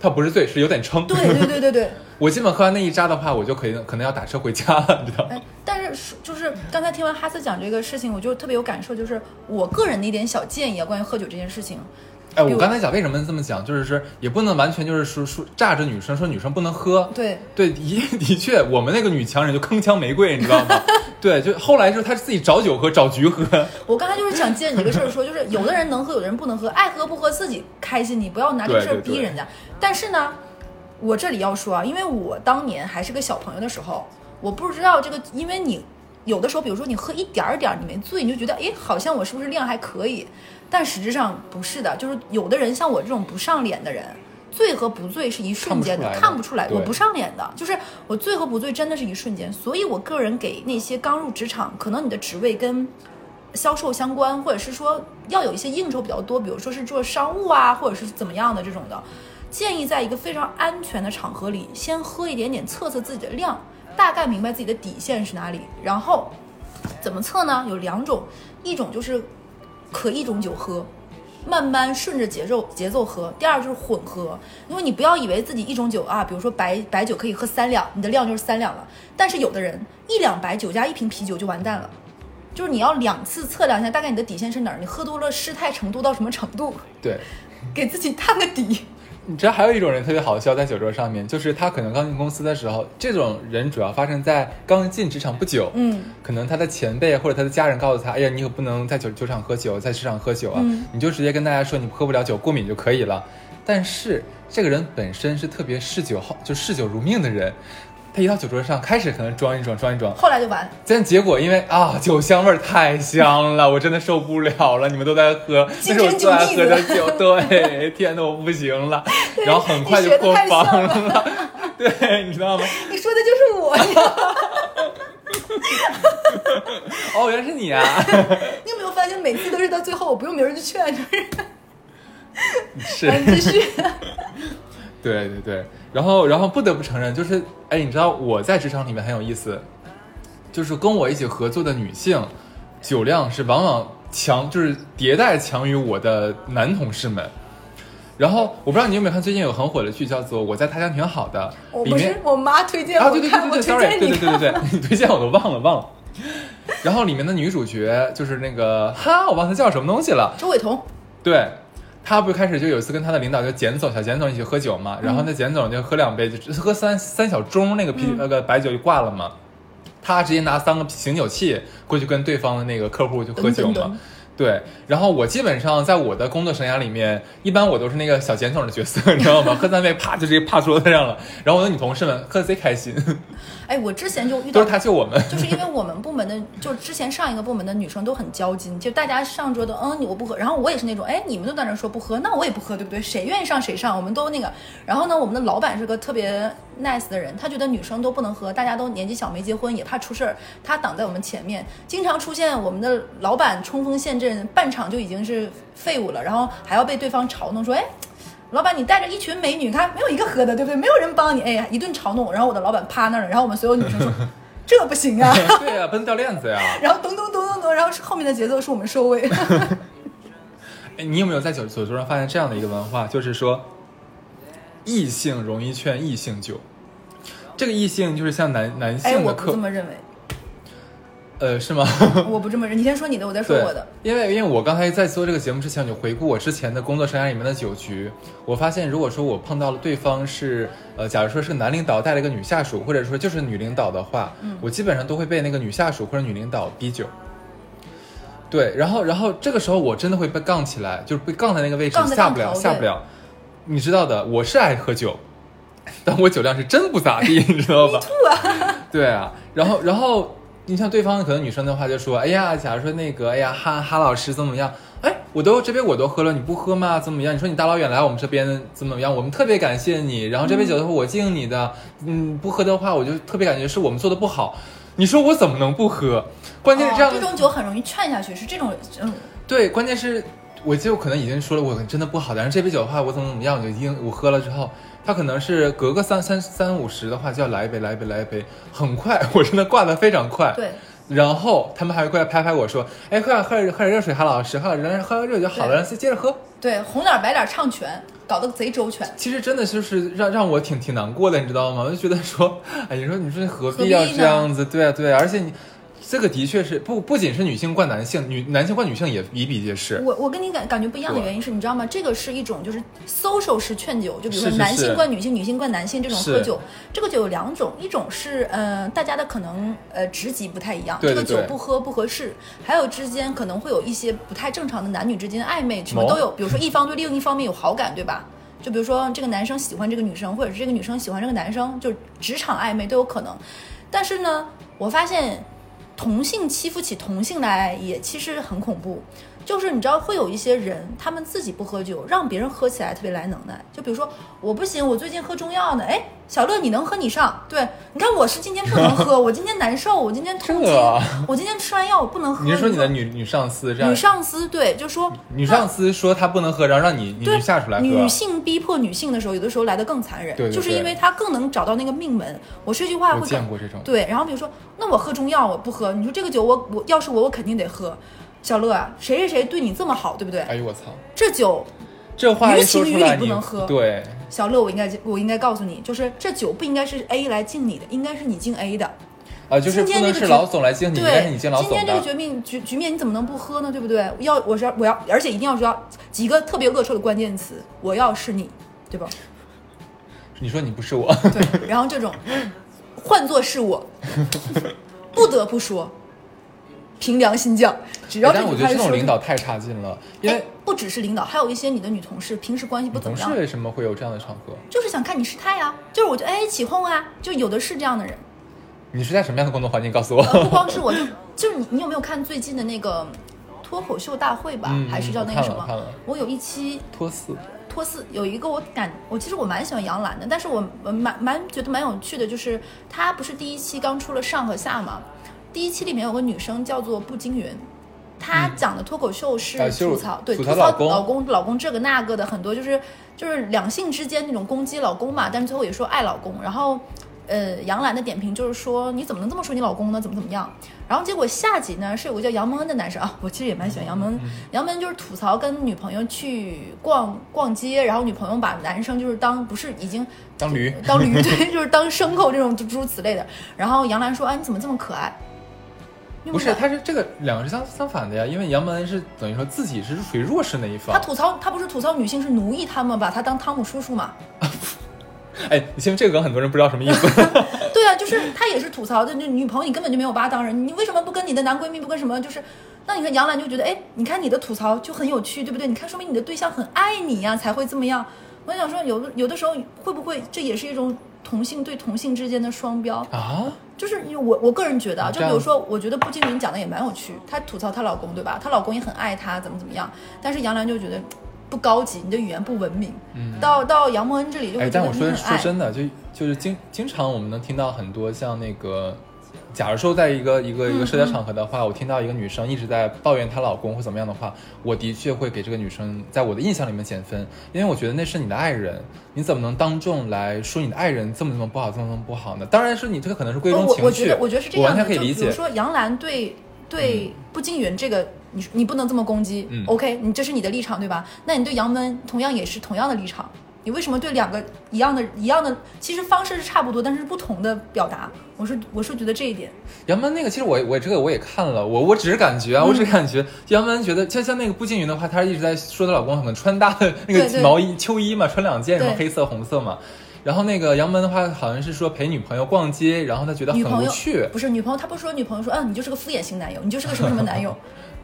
他不是醉，是有点撑。对对对对对。 我基本喝完那一扎的话，我就可以可能要打车回家了，你知道吗？哎，但是说就是刚才听完哈斯讲这个事情，我就特别有感受，就是我个人的一点小建议啊，关于喝酒这件事情，哎，比我如刚才讲为什么这么讲，就是说也不能完全就是说说炸着女生说女生不能喝，对，对，的 的确，我们那个女强人就铿锵玫瑰，你知道吗？对，就后来就是她自己找酒喝，找局喝。我刚才就是想借你这个事儿说，就是有的人能喝，有的人不能喝，爱喝不喝自己开心，你不要拿这个事儿对对对逼人家。但是呢，我这里要说啊，因为我当年还是个小朋友的时候，我不知道这个，因为你有的时候，比如说你喝一点儿点儿，你没醉，你就觉得诶，好像我是不是量还可以？但实质上不是的，就是有的人像我这种不上脸的人。醉和不醉是一瞬间的，看看不不出出来来。的我不上脸的，就是我醉和不醉真的是一瞬间。所以我个人给那些刚入职场，可能你的职位跟销售相关，或者是说要有一些应酬比较多，比如说是做商务啊，或者是怎么样的这种的，建议在一个非常安全的场合里，先喝一点点，测测自己的量，大概明白自己的底线是哪里，然后怎么测呢？有两种，一种就是可一种酒喝，慢慢顺着节奏节奏喝；第二就是混喝，因为你不要以为自己一种酒啊，比如说白白酒可以喝三两，你的量就是三两了。但是有的人一两白酒加一瓶啤酒就完蛋了，就是你要两次测量一下，大概你的底线是哪儿，你喝多了失态程度到什么程度， 对，给自己探个底。你知道还有一种人特别好笑，在酒桌上面，就是他可能刚进公司的时候，这种人主要发生在刚进职场不久，嗯，可能他的前辈或者他的家人告诉他，哎呀，你可不能在酒酒场喝酒，在职场喝酒啊，嗯你就直接跟大家说你喝不了酒，过敏就可以了。但是这个人本身是特别嗜酒好，就嗜酒如命的人，他一到酒桌上开始可能装一装，装一装，后来就完。但结果因为啊酒香味儿太香了，我真的受不了了，你们都在 喝，那精是我神最爱酒腻喝的子 酒，对，天呐，我不行了，然后很快你就学得破太像防了， 对，你知道吗？你说的就是我，你哦，原来是 你啊！ 你有没有发现每次都是到最后我不用别人去劝，就是是， 你继续。对对对，然后然后不得不承认，就是哎，你知道我在职场里面很有意思，就是跟我一起合作的女性，酒量是往往强，就是迭代强于我的男同事们。然后我不知道你有没有看，最近有很火的剧叫做《我在他乡挺好的我》，里不面是我妈推荐啊，我对对对看，我对推，sorry，荐对你对对看。对对， 你推荐我都忘了忘了。然后里面的女主角就是那个哈，我忘了她叫什么东西了，周伟彤，对，他不是开始就有一次跟他的领导就简总小简总一起喝酒嘛，然后那简总就喝两杯，就喝三三小盅那个啤、那个白酒就挂了嘛，他直接拿三个醒酒器过去跟对方的那个客户就喝酒嘛。噔噔噔对，然后我基本上在我的工作生涯里面，一般我都是那个小简总的角色，你知道吗？喝三杯，啪就直接趴桌子上了。然后我的女同事们喝得贼开心，哎，我之前就遇都到是他救我们。 就是因为我们部门的，就之前上一个部门的女生都很交金，就大家上桌都嗯你我不喝，然后我也是那种哎你们都在那说不喝，那我也不喝，对不对？谁愿意上谁上，我们都那个。然后呢，我们的老板是个特别 nice 的人，他觉得女生都不能喝，大家都年纪小没结婚，也怕出事儿，他挡在我们前面，经常出现我们的老板冲锋陷阵，半场就已经是废物了，然后还要被对方嘲弄说哎。老板，你带着一群美女，看没有一个喝的，对不对？没有人帮你，哎呀，一顿嘲弄。然后我的老板趴那儿了，然后我们所有女生说，这不行啊。 对呀、啊，不能掉链子呀、然后咚咚咚咚咚，然后是后面的节奏是我们 收尾。哎，你有没有在酒酒桌上发现这样的一个文化，就是说，异性容易劝异性酒，这个异性就是像男男哎，性我的不客这，么认为， 呃，是吗？我不这么认。你先说你的，我再说对我的。，因为因为我刚才在做这个节目之前，我就回顾我之前的工作生涯里面的酒局，我发现如果说我碰到了对方是呃，假如说是个男领导带了一个女下属，或者说就是女领导的话，嗯我基本上都会被那个女下属或者女领导逼酒。对，然后然后这个时候我真的会被杠起来，就是被杠在那个位置杠在下杠不了头下对不了，你知道的，我是爱喝酒，但我酒量是真不咋地，你知道吧？ 对啊，然后然后你像对方可能女生的话就说，哎呀，假如说那个，哎呀，哈哈老师怎么怎么样？哎，我都这杯我都喝了，你不喝吗？怎么怎么样？你说你大老远来我们这边怎么怎么样？我们特别感谢你，然后这杯酒的话我敬你的，嗯，不喝的话我就特别感觉是我们做的不好。你说我怎么能不喝？关键是这样哦的、这种酒很容易劝下去，是这种，嗯，对，关键是我就可能已经说了，我真的不好，但是这杯酒的话，我怎么怎么样，我就已经我喝了之后，他可能是隔个三三三五十的话，就要来一杯，来一杯，来一杯，很快，我真的挂的非常快。。对，然后他们还会过来拍拍我说：“哎，快点喝点喝点热水，哈老师，哈老师，喝点热水就好了，然后接接着喝。对，红脸白脸唱全，搞得贼周全”。其实真的就是让让我挺挺难过的，你知道吗？我就觉得说，哎，你说你说何必要何必呢这样子？对啊，对啊，而且你这个的确是不不仅是女性惯男性，女男性惯女性也比比皆是。我我跟你感感觉不一样的对原因是，你知道吗？这个是一种就是 social 式劝酒，就比如是说是男是性灌女性、女性灌男性这种是喝酒，这个酒有两种，一种是呃大家的可能呃职级不太一样，对对这个对酒不喝不合适，还有之间可能会有一些不太正常的男女之间的暧昧，什么哦都有，比如说一方对另一方面有好感，对吧？就比如说这个男生喜欢这个女生，或者是这个女生喜欢这个男生，就职场暧昧都有可能。但是呢，我发现同性欺负起同性来也其实很恐怖。就是你知道会有一些人，他们自己不喝酒，让别人喝起来特别来能耐。就比如说我不行，我最近喝中药呢。哎，小乐你能喝你上，对，你看我是今天不 能喝，我今天难受，我今天痛经这啊，我今天吃完药我不能喝。你是说你的女女女上司这样？上司对，就说呃女上司说她不能喝，然后让你你对你下属来喝，啊女性逼迫女性的时候，有的时候来的更残忍，对对就是对因为她更能找到那个命门。我说一句话我会见更过这种。对，然后比如说，那我喝中药我不喝，你说这个酒我我要是我我肯定得喝。小乐啊，谁谁谁对你这么好，对不对？哎呦我操，这酒，这话一于情说于出理来不你能喝对，小乐，我应该我应该告诉你，就是这酒不应该是 A 来敬你的，应该是你敬 A 的。啊，就是今不天能这是个老局总来敬你，应该是对，你今敬老总天这个的。局面局局面你怎么能不喝呢？对不对？要我是我要，而且一定要知道几个特别恶臭的关键词，我要是你，对吧？你说你不是我，对，然后这种换作是我，不得不说，凭良心讲，只要哎但我觉得这种领导，导太差劲了，因哎为，不只是领导，还有一些你的女同事平时关系不怎同么事样，为什么会有这样的场合？就是想看你失态啊，就是我就哎起哄啊，就有的是这样的人。你是在什么样的工作环境？告诉我。呃，不光 是我，就就是你，你有没有看最近的那个脱口秀大会吧？嗯还是叫那个什我看了看么了？我有一期托四，托四有一个我感，我其实我蛮喜欢杨澜的，但是我我蛮蛮觉得蛮有趣的，就是她不是第一期刚出了上和下嘛？第一期里面有个女生叫做步惊云。她嗯讲的脱口秀是啊羞辱吐槽，对吐吐槽槽老公老公老公这个那个的很多，就是就是两性之间那种攻击老公嘛，但是最后也说爱老公。然后，呃，杨澜的点评就是说你怎么能这么说你老公呢？怎么怎么样？然后结果下集呢是有个叫杨蒙恩的男生啊，我其实也蛮喜欢杨蒙嗯恩。杨蒙恩就是吐槽跟女朋友去逛逛街，然后女朋友把男生就是当不是已经当驴当驴， 对，就是当牲口这种诸如此类的。然后杨澜说：“啊，你怎么这么可爱？”不是，用他是这个两个是相相反的呀，因为杨门是等于说自己是属于弱势那一他方。吐槽，他不是吐槽女性是奴役他们，把他当汤姆叔叔嘛？哎，你信不信这个梗很多人不知道什么意思。对啊，就是他也是吐槽的，就女朋友你根本就没有把她当人，你为什么不跟你的男闺蜜，不跟什么就是？那你看杨澜就觉得，哎，你看你的吐槽就很有趣，对不对？你看说明你的对象很爱你呀、才会这么样。我想说有，的有的时候会不会这也是一种同性对同性之间的双标？啊，就是因为我我个人觉得啊，这就样比如说，我觉得步惊云讲的也蛮有趣，她吐槽她老公对吧？她老公也很爱她，怎么怎么样，但是杨澜就觉得不高级，你的语言不文明。到到杨默恩这里就嗯哎，会觉但得我你说很说爱。真的，就就是经经常我们能听到很多像那个，假如说在一个一个一嗯个社交场合的话，我听到一个女生一直在抱怨她老公或怎么样的话，我的确会给这个女生在我的印象里面减分，因为我觉得那是你的爱人，你怎么能当众来说你的爱人这么这么不好，这么这么不好呢？当然是你这个可能是归不中哦呃我我情觉绪，得我觉得是这完样的，全可以就理比如解。嗯说杨澜对对步惊云这个，你你不能这么攻击。嗯 OK，你这是你的立场对吧？那你对杨温同样也是同样的立场，你为什么对两个一样的一样的，其实方式是差不多，但是不同的表达？我是我是觉得这一点。杨门那个，其实我我这个我也看了，我我只是感嗯觉啊，我只是感觉杨门觉得，就像那个步惊云的话，她一直在说她老公可能穿搭的那对个对毛衣秋衣嘛，穿两件什么对黑色红色嘛。然后那个杨门的话，好像是说陪女朋友逛街，然后她觉得女很朋无友趣。不是女朋友，他不是说女朋友说，嗯、你就是个敷衍型男友，你就是个什么什么男友，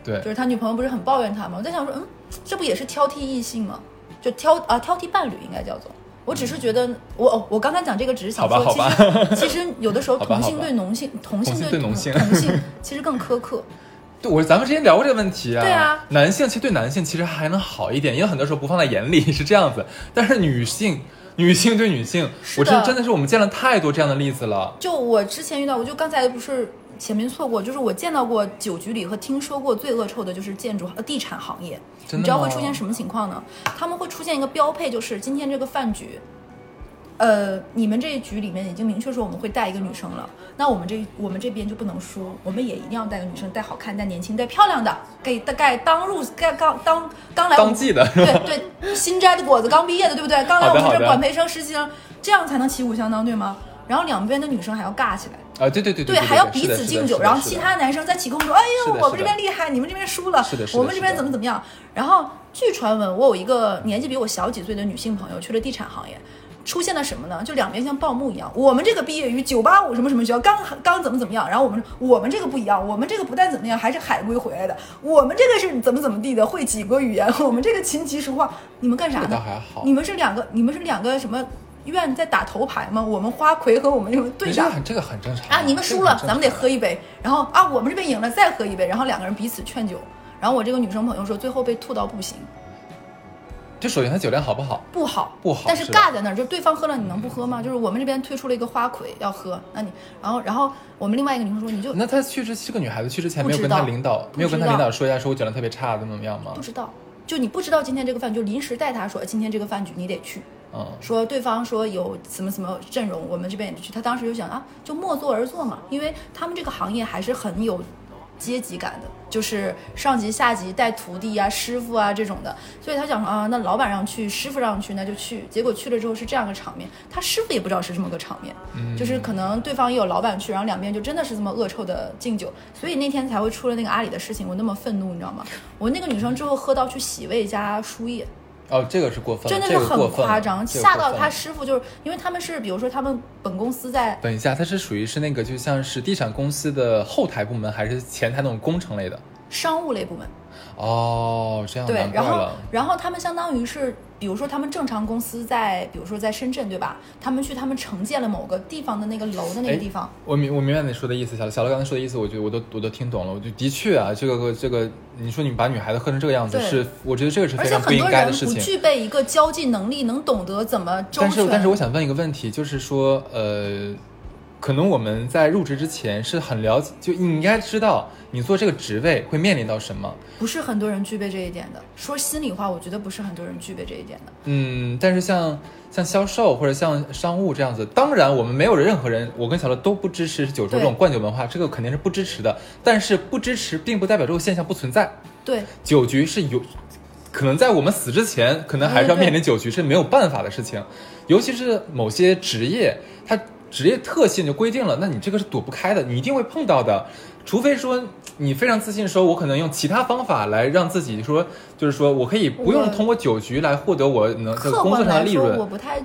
对就，是他女朋友不是很抱怨他吗？我在想说，嗯，这不也是挑剔异性吗？就挑啊挑剔伴侣应该叫做。我只是觉得，我哦，我刚才讲这个只是想嗯好说，吧其实其实有的时候好吧同好性吧对农性，同性性对对同农性同性其实更苛刻。对我咱们之前聊过这个问题啊。对啊男性其实对男性其实还能好一点，因为很多时候不放在眼里是这样子，但是女性。女性对女性，是我真的真的是我们见了太多这样的例子了。就我之前遇到，我就刚才不是前面错过，就是我见到过酒局里和听说过最恶臭的就是建筑呃地产行业。真的你知道会吗出现什么情况呢？他们会出现一个标配，就是今天这个饭局，呃，你们这一局里面已经明确说我们会带一个女生了，那我们这我们这边就不能输，我们也一定要带个女生，带好看、带年轻、带漂亮的，给大概当入该刚当刚来我当们季的，对对，新摘的果子刚毕业的，对不对？刚来好我的们好这的管培生、实习生，这样才能旗鼓相当，对吗？然后两边的女生还要尬起 来，啊，对对对对，还要彼是的此是的敬是酒，的然后是其的他男生再起哄说：“哎是呦的，我是们的这边厉害，你们这边输了是的是，的我们这是边的怎么怎么样。”然后据传闻，我有一个年纪比我小几岁的女性朋友去了地产行业。出现了什么呢？就两边像报幕一样，我们这个毕业于九八五什么什么学校，刚刚怎么怎么样，然后我们我们这个不一样，我们这个不但怎么样，还是海归回来的，我们这个是怎么怎么地的，会几国语言，我们这个琴棋书画，你们干啥这倒呢？还好你们是两个，你们是两个什么院在打头牌吗？我们花魁和我们这种对这打个，很这个很正常啊，你们这输个了很，正咱们得常喝一杯。然后啊，我们这边赢了，再喝一杯。然后两个人彼此劝酒。然后我这个女生朋友说，最后被吐到不行，这首先它酒量好不好？不好，不好但是是吧尬在那儿，就对方喝了，你能不喝吗？就是我们这边推出了一个花魁要喝，那你，然后然后我们另外一个女生说，你就那她去之这个女孩子去之前不没有知跟她道领导不没有跟她知领道导说一下，说我酒量特别差，怎么怎么样吗不？知道，就你不知道今天这个饭，就临时带她说，呃今天这个饭局你得去。嗯，说对方说有什么什么阵容，我们这边也去。他当时就想啊，就默坐而坐嘛，因为他们这个行业还是很有阶级感的，就是上级下级带徒弟啊、师傅啊这种的。所以他想说啊，那老板让去，师傅让去，那就去。结果去了之后是这样个场面，他师傅也不知道是这么个场面，就是可能对方也有老板去，然后两边就真的是这么恶臭的敬酒，所以那天才会出了那个阿里的事情，我那么愤怒，你知道吗？我那个女生之后喝到去洗胃加输液。哦，这个是过分了，真的是这个过很分了夸张，这个吓过到分他了师傅就是因为他们是，比如说他们本公司在等一下，它是属于是那个就像是地产公司的后台部门，还是前台那种工程类的？商务类部门，哦，这样对难，怪然后了。然后他们相当于是，比如说他们正常公司在，比如说在深圳对吧？他们去他们承建了某个地方的那个楼的那个哎地方，我明我明白你说的意思，小小乐刚才说的意思，我觉得我都我都听懂了。我就的确啊，这个这个，你说你把女孩子喝成这个样子，对是我觉得这个是而非且常不很应多该人的事不情。具备一个交际能力，能懂得怎么周但是全。但是我想问一个问题，就是说呃，可能我们在入职之前是很了解，就应该知道你做这个职位会面临到什么。不是很多人具备这一点的。说心里话，我觉得不是很多人具备这一点的。嗯，但是像像销售或者像商务这样子，当然我们没有任何人，我跟小乐都不支持九州这种对灌酒文化，这个肯定是不支持的。但是不支持并不代表这个现象不存在，对，酒局是有，可能在我们死之前，可能还是要对对面临酒局是没有办法的事情，尤其是某些职业，它职业特性就规定了，那你这个是躲不开的，你一定会碰到的，除非说你非常自信说，我可能用其他方法来让自己说，就是说我可以不用我通过酒局来获得我能这个客呃工作观上的来利说，我润，嗯不太，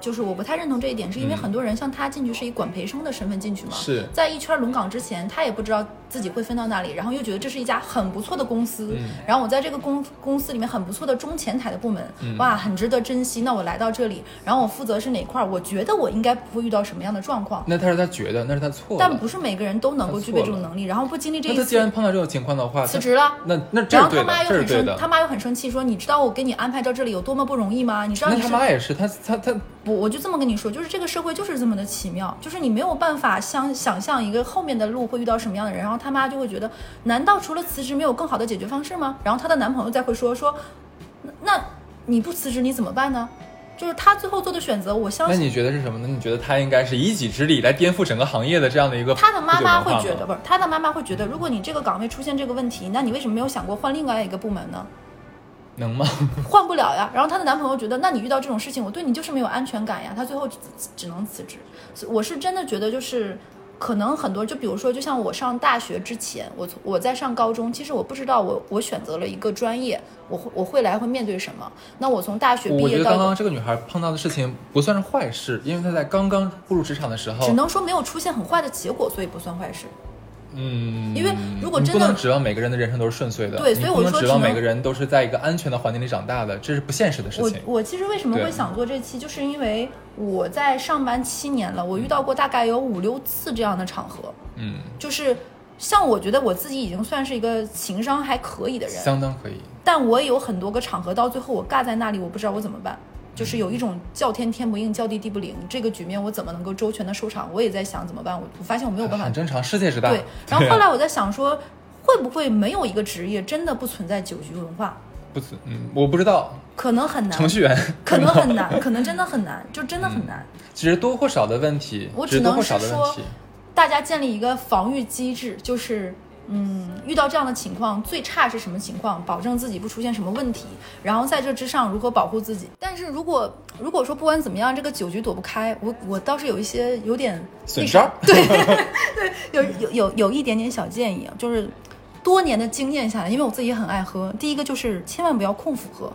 就是我不太认同这一点，是因为很多人像他进去是以管培生的身份进去嘛，是在一圈轮岗之前，他也不知道自己会分到哪里，然后又觉得这是一家很不错的公司，嗯然后我在这个公公司里面很不错的中前台的部门，嗯哇，很值得珍惜。那我来到这里，然后我负责是哪块儿，我觉得我应该不会遇到什么样的状况，那他是他觉得那是他错但了不，是每个人都能够具备这种能力，然后不经历这那一他既然次，碰到这种情况的话，辞他职了。那那这然是对后的他妈，又这是很对生，的他。妈又很生气，说：“你知道我给你安排到这里有多么不容易吗？你知道那你他是妈也是，他他他我我就这么跟你说，就是这个社会就是这么的奇妙，就是你没有办法想想象一个后面的路会遇到什么样的人，然后他妈就会觉得，难道除了辞职没有更好的解决方式吗？然后她的男朋友再会说说，那那你不辞职你怎么办呢？就是她最后做的选择，我相那信你觉得是什么呢？你觉得他应该是以己之力来颠覆整个行业的这样的一个她的妈妈会不觉久得，文化吗不是她的妈妈会觉得，如果你这个岗位出现这个问题，那你为什么没有想过换另外一个部门呢？能吗？换不了呀。然后她的男朋友觉得，那你遇到这种事情，我对你就是没有安全感呀。她最后只只能辞职。所以我是真的觉得就是。可能很多，就比如说，就像我上大学之前，我从我在上高中，其实我不知道我我选择了一个专业，我会我未来会面对什么。那我从大学毕我觉业得刚刚到，这个女孩碰到的事情不算是坏事，因为她在刚刚步入职场的时候只，能说没有出现很坏的结果，所以不算坏事。嗯，因为如果真你的不能指望每个人的人生都是顺遂的，对你所以不我能说指望只能每个人都是在一个安全的环境里长大的，这是不现实的事我情。我其实为什么对会想做这期，就是因为我在上班七年了，我遇到过大概有五六次这样的场合，嗯，就是像我觉得我自己已经算是一个情商还可以的人，相当可以。但我也有很多个场合，到最后我尬在那里，我不知道我怎么办。就是有一种叫天天不应，叫地地不灵，这个局面我怎么能够周全的收场？我也在想怎么办。我我发现我没有 办法很正常，世界之大。对。然后后对来我在想说，会不会没有一个职业真的不存在酒局文化？不存，嗯，我不知道可能很难，程序员可能很难，可能真的很难，就真的很难。只是多或少的问题，我只是只多能或是少的问说题。，大家建立一个防御机制，就是嗯，遇到这样的情况，最差是什么情况？保证自己不出现什么问题，然后在这之上如何保护自己？但是如果如果说不管怎么样，这个酒局躲不开，我我倒是有一些有点损伤对对，有有有有一点点小建议，啊就是多年的经验下来，因为我自己也很爱喝，第一个就是千万不要空腹喝。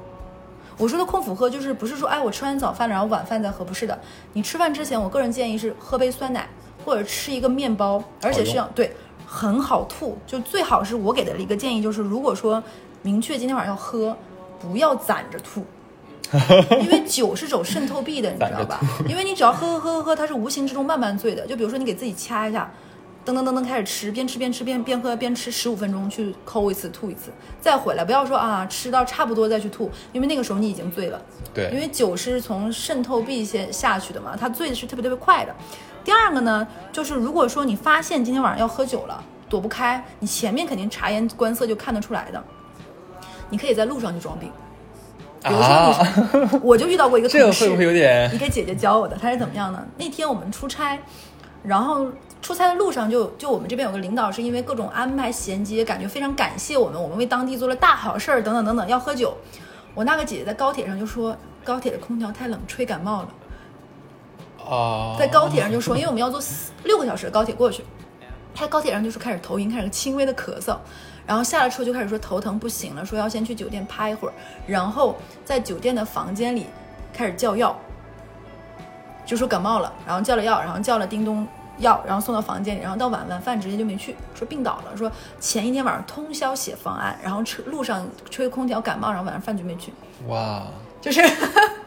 我说的空腹喝，就是不是说，哎，我吃完早饭了，然后晚饭再喝，不是的。你吃饭之前，我个人建议是喝杯酸奶或者吃一个面包，而且是要对，很好吐。就最好是我给的一个建议，就是如果说明确今天晚上要喝，不要攒着吐。因为酒是走渗透壁的，你知道吧？因为你只要喝喝喝喝喝，它是无形之中慢慢醉的。就比如说你给自己掐一下，噔噔噔噔开始吃，边吃边吃边边喝边吃，十五分钟去抠一次吐一次，再回来，不要说啊吃到差不多再去吐，因为那个时候你已经醉了。对，因为酒是从渗透壁先下去的嘛，它醉的是特别特别快的。第二个呢，就是如果说你发现今天晚上要喝酒了，躲不开，你前面肯定察言观色就看得出来的，你可以在路上去装病。比如说啊，你，我就遇到过一 个这个同事会不会有点你给姐姐教我的，她是怎么样呢？那天我们出差，然后出差的路上就就我们这边有个领导是因为各种安排衔接，感觉非常感谢我们，我们为当地做了大好事儿，等等等等，要喝酒。我那个姐姐在高铁上就说，高铁的空调太冷，吹感冒了。啊，在高铁上就说，因为我们要坐四六个小时的高铁过去，他在高铁上就是开始头晕，开始轻微的咳嗽，然后下了车就开始说头疼不行了，说要先去酒店趴一会儿，然后在酒店的房间里开始叫药，就说感冒了，然后叫了药，然后叫了叮咚药，然后送到房间里，然后到晚晚饭直接就没去，说病倒了，说前一天晚上通宵写方案，然后车路上吹空调感冒，然后晚上饭就没去，哇，就是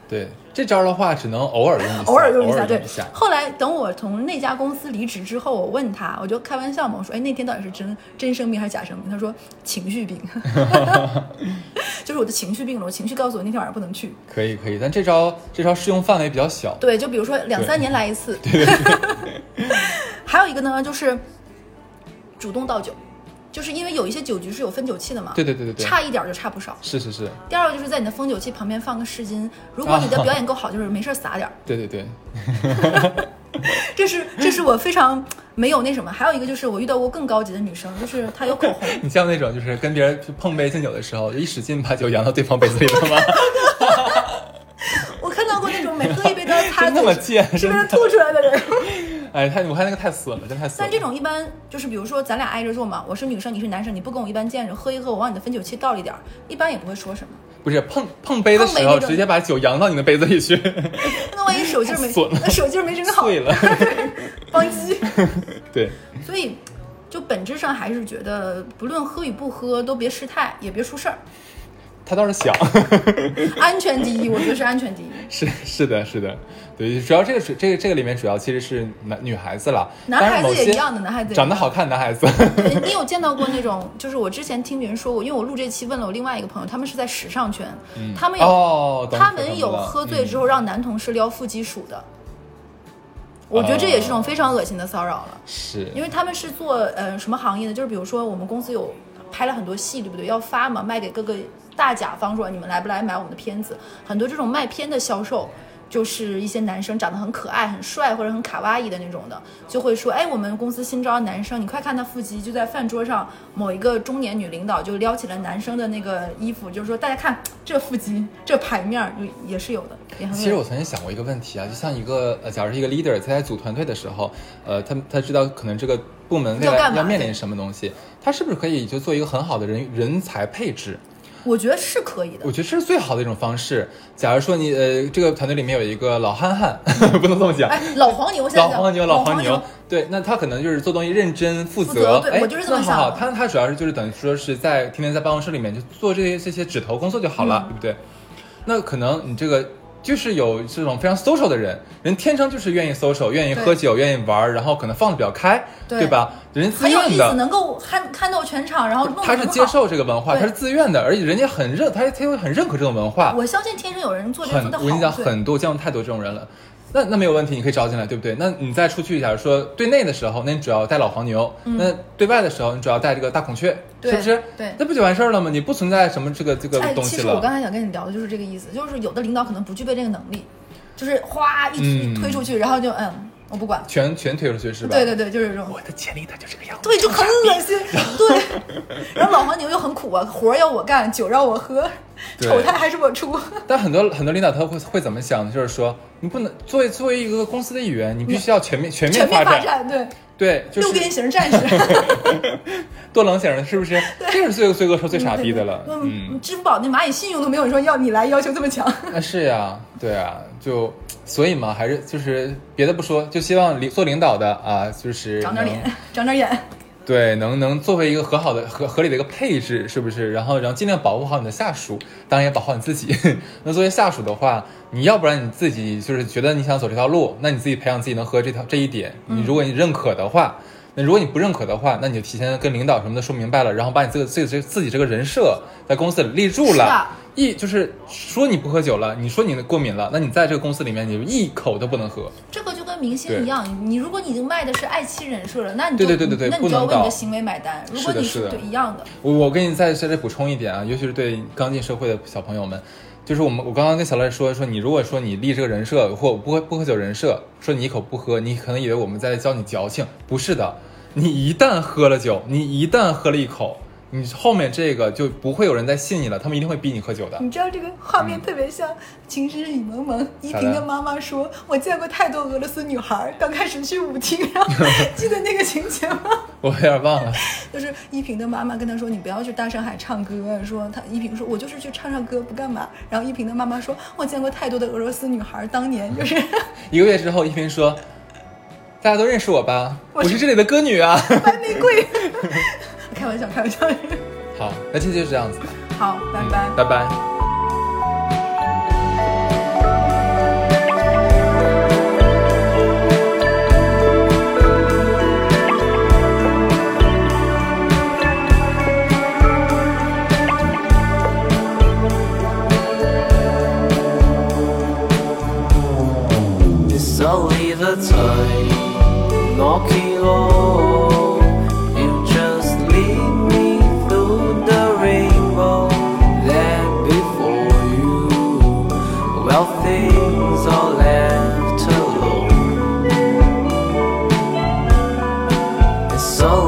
对这招的话，只能偶尔用一下，偶尔用一下，下，对。后来等我从那家公司离职之后，我问他，我就开玩笑嘛，我说：“哎，那天到底是真真生病还是假生病？”他说：“情 绪病，就是我的情绪病了。我情绪告诉我那天晚上不能去。可以可以，但这招这招适用范围比较小”。对，就比如说两对三年来一次。 还有一个呢，就是主动倒酒，就是因为有一些酒局是有分酒器的嘛，对对对对对，差一点儿就差不少。是是是，第二个就是在你的封酒器旁边放个湿巾，如果你的啊表演够好，就是没事儿撒点儿。对对对，这是这是我非常没有那什么。还有一个就是我遇到过更高级的女生，就是她有 口红，你像那种就是跟别人去碰杯敬酒的时候，就一使劲把酒扬到对方杯子里了 吗？我看到过那种每喝一杯都要擦真那么嘴贱是真不是的吐出来的人？哎，太我看那个太损了，真太损但了。这种一般就是比如说咱俩挨着坐嘛，我是女生你是男生，你不跟我一般见识，喝一喝我往你的分酒器倒一点儿，一般也不会说什么。不是碰碰杯的时碰杯候，那种直接把酒扬到你的杯子里去，那万一手劲儿没太损了，那手劲儿没整好，碎 了。帮机。对，所以就本质上还是觉得，不论喝与不喝，都别失态，也别出事儿，他倒是想，安全第一，我觉得是安全第一。是是的，是的，对，主要这个是这个这个里面主要其实是男女孩子啦，男当然孩子某也些一样的男孩子也一样长得好看男孩子，你你有见到过那种？就是我之前听别人说过，因为我录这期问了我另外一个朋友，他们是在时尚圈，他们有、哦，懂他了懂们了嗯有喝醉之后让男同事撩腹肌数的，我觉得这哦也是种非常恶心的骚扰了，嗯是，因为他们是做呃什么行业的？就是比如说我们公司有拍了很多戏，对不对？要发嘛，卖给各个大甲方说你们来不来买我们的片子？很多这种卖片的销售。就是一些男生长得很可爱、很帅或者很卡哇伊的那种的，就会说：“哎，我们公司新招男生，你快看他腹肌！”就在饭桌上，某一个中年女领导就撩起了男生的那个衣服，就是说：“大家看这腹肌，这排面儿，就也是有的，也很恶其实我曾经想过一个问题啊，就像一个呃，假如是一个 leader 在组团队的时候，呃，他他知道可能这个部门未要干来嘛要面临什么东西，他是不是可以就做一个很好的人人才配置？我觉得是可以的我。觉得这是最好的一种方式。假如说你呃，这个团队里面有一个老憨 憨，不能这么讲。哎，老黄牛现在老叫黄牛，老黄牛，，对，那他可能就是做东西认真负负责。责对哎，我就是这么那好好想的他他主要是就是等于说是在天天在办公室里面就做这些这些指头工作就好嗯了，对不对？那可能你这个就是有这种非常 social 的人，人天生就是愿意 social，愿意对喝酒，愿意玩儿，然后可能放的比较开，对吧？人自很有愿意的思，，能够看看到全场，然后弄得他是很好接。受这个文化，对他是自愿的，而且人家很认，他他会很认可这种文化。我相信天生有人做这个很做，的好，我跟你讲，对很多见过太多这种人了。那那没有问题，你可以招进来，对不对？那你再出去，假如说对内的时候，那你主要带老黄牛；那对外的时候，你主要带这个大孔雀，嗯对是不是？对那不就完事儿了吗？你不存在什么这个这个哎，东其西实我了。刚才想跟你聊的就是这个意思，就是有的领导可能不具备这个能力，就是哗一推嗯推出去，然后就嗯，我不管。全全推出去是吧？对对对，就是这种，我的潜力它就这个样子。对，就很恶心。对，然后老黄牛又很苦啊，活儿要我干，酒让我喝，对丑态还是我出。但很多很多领导他会会怎么想呢？就是说，你不能作为作为一个公司的一员，你必须要全面全面全发面展。发展，对，对，就六是边形战士，多冷显人是不 是？这是最最恶说最 傻逼的了。嗯嗯，，支付宝那蚂蚁信用都没有人说要你来要求这么强， 那是呀，对啊，就所以嘛，还是就是别的不说，就希望领做领导的啊，就是长点能脸，长点眼。对，能能作为一个和好的合合理的一个配置，是不是？然后然后尽量保护好你的下属，当然也保护好你自己。 那作为下属的话，你要不然你自己就是觉得你想走这条路，那你自己培养自己能喝这条这一点，你如果你认可的话。那如果你不认可的话，那你就提前跟领导什么的说明白了，然后把你这个自己自己这个人设在公司里立住是的了。一就是说你不喝酒了，你说你过敏了，那你在这个公司里面你就一口都不能喝。这个就跟明星一样，你如果你已经卖的是爱妻人设了，那你就对对对对对那你就不要能为你的搞行为买单。如是果的你是的对一样的，我我跟你再再再补充一点啊，尤其是对刚进社会的小朋友们，就是我们我刚刚跟小赖说说，你如果说你立这个人设或不喝不喝酒人设，说你一口不喝，你可能以为我们在教你矫情，不是的，你一旦喝了酒，你一旦喝了一口，你后面这个就不会有人再信你了，他们一定会逼你喝酒的。你知道这个画面特别像《情深深雨蒙蒙》，依萍的妈妈说：“我见过太多俄罗斯女孩，刚开始去舞厅，然后记得那个情节吗？ 我有点忘了，就是依萍的妈妈跟她说：‘你不要去大上海唱歌。’说她依萍说：‘我就是去唱唱歌，不干嘛。’然后依萍的妈妈说：‘我见过太多的俄罗斯女孩，当年就是一个月之后，一平说：“大家都认识我吧，我是这里的歌女啊。白玫瑰。’ 开玩笑，开玩笑。”好，那这期就这样子吧，好，拜拜。拜拜。 It's only the time knocking on. You just lead me through the rainbow. There before you, well, things are left alone. It's only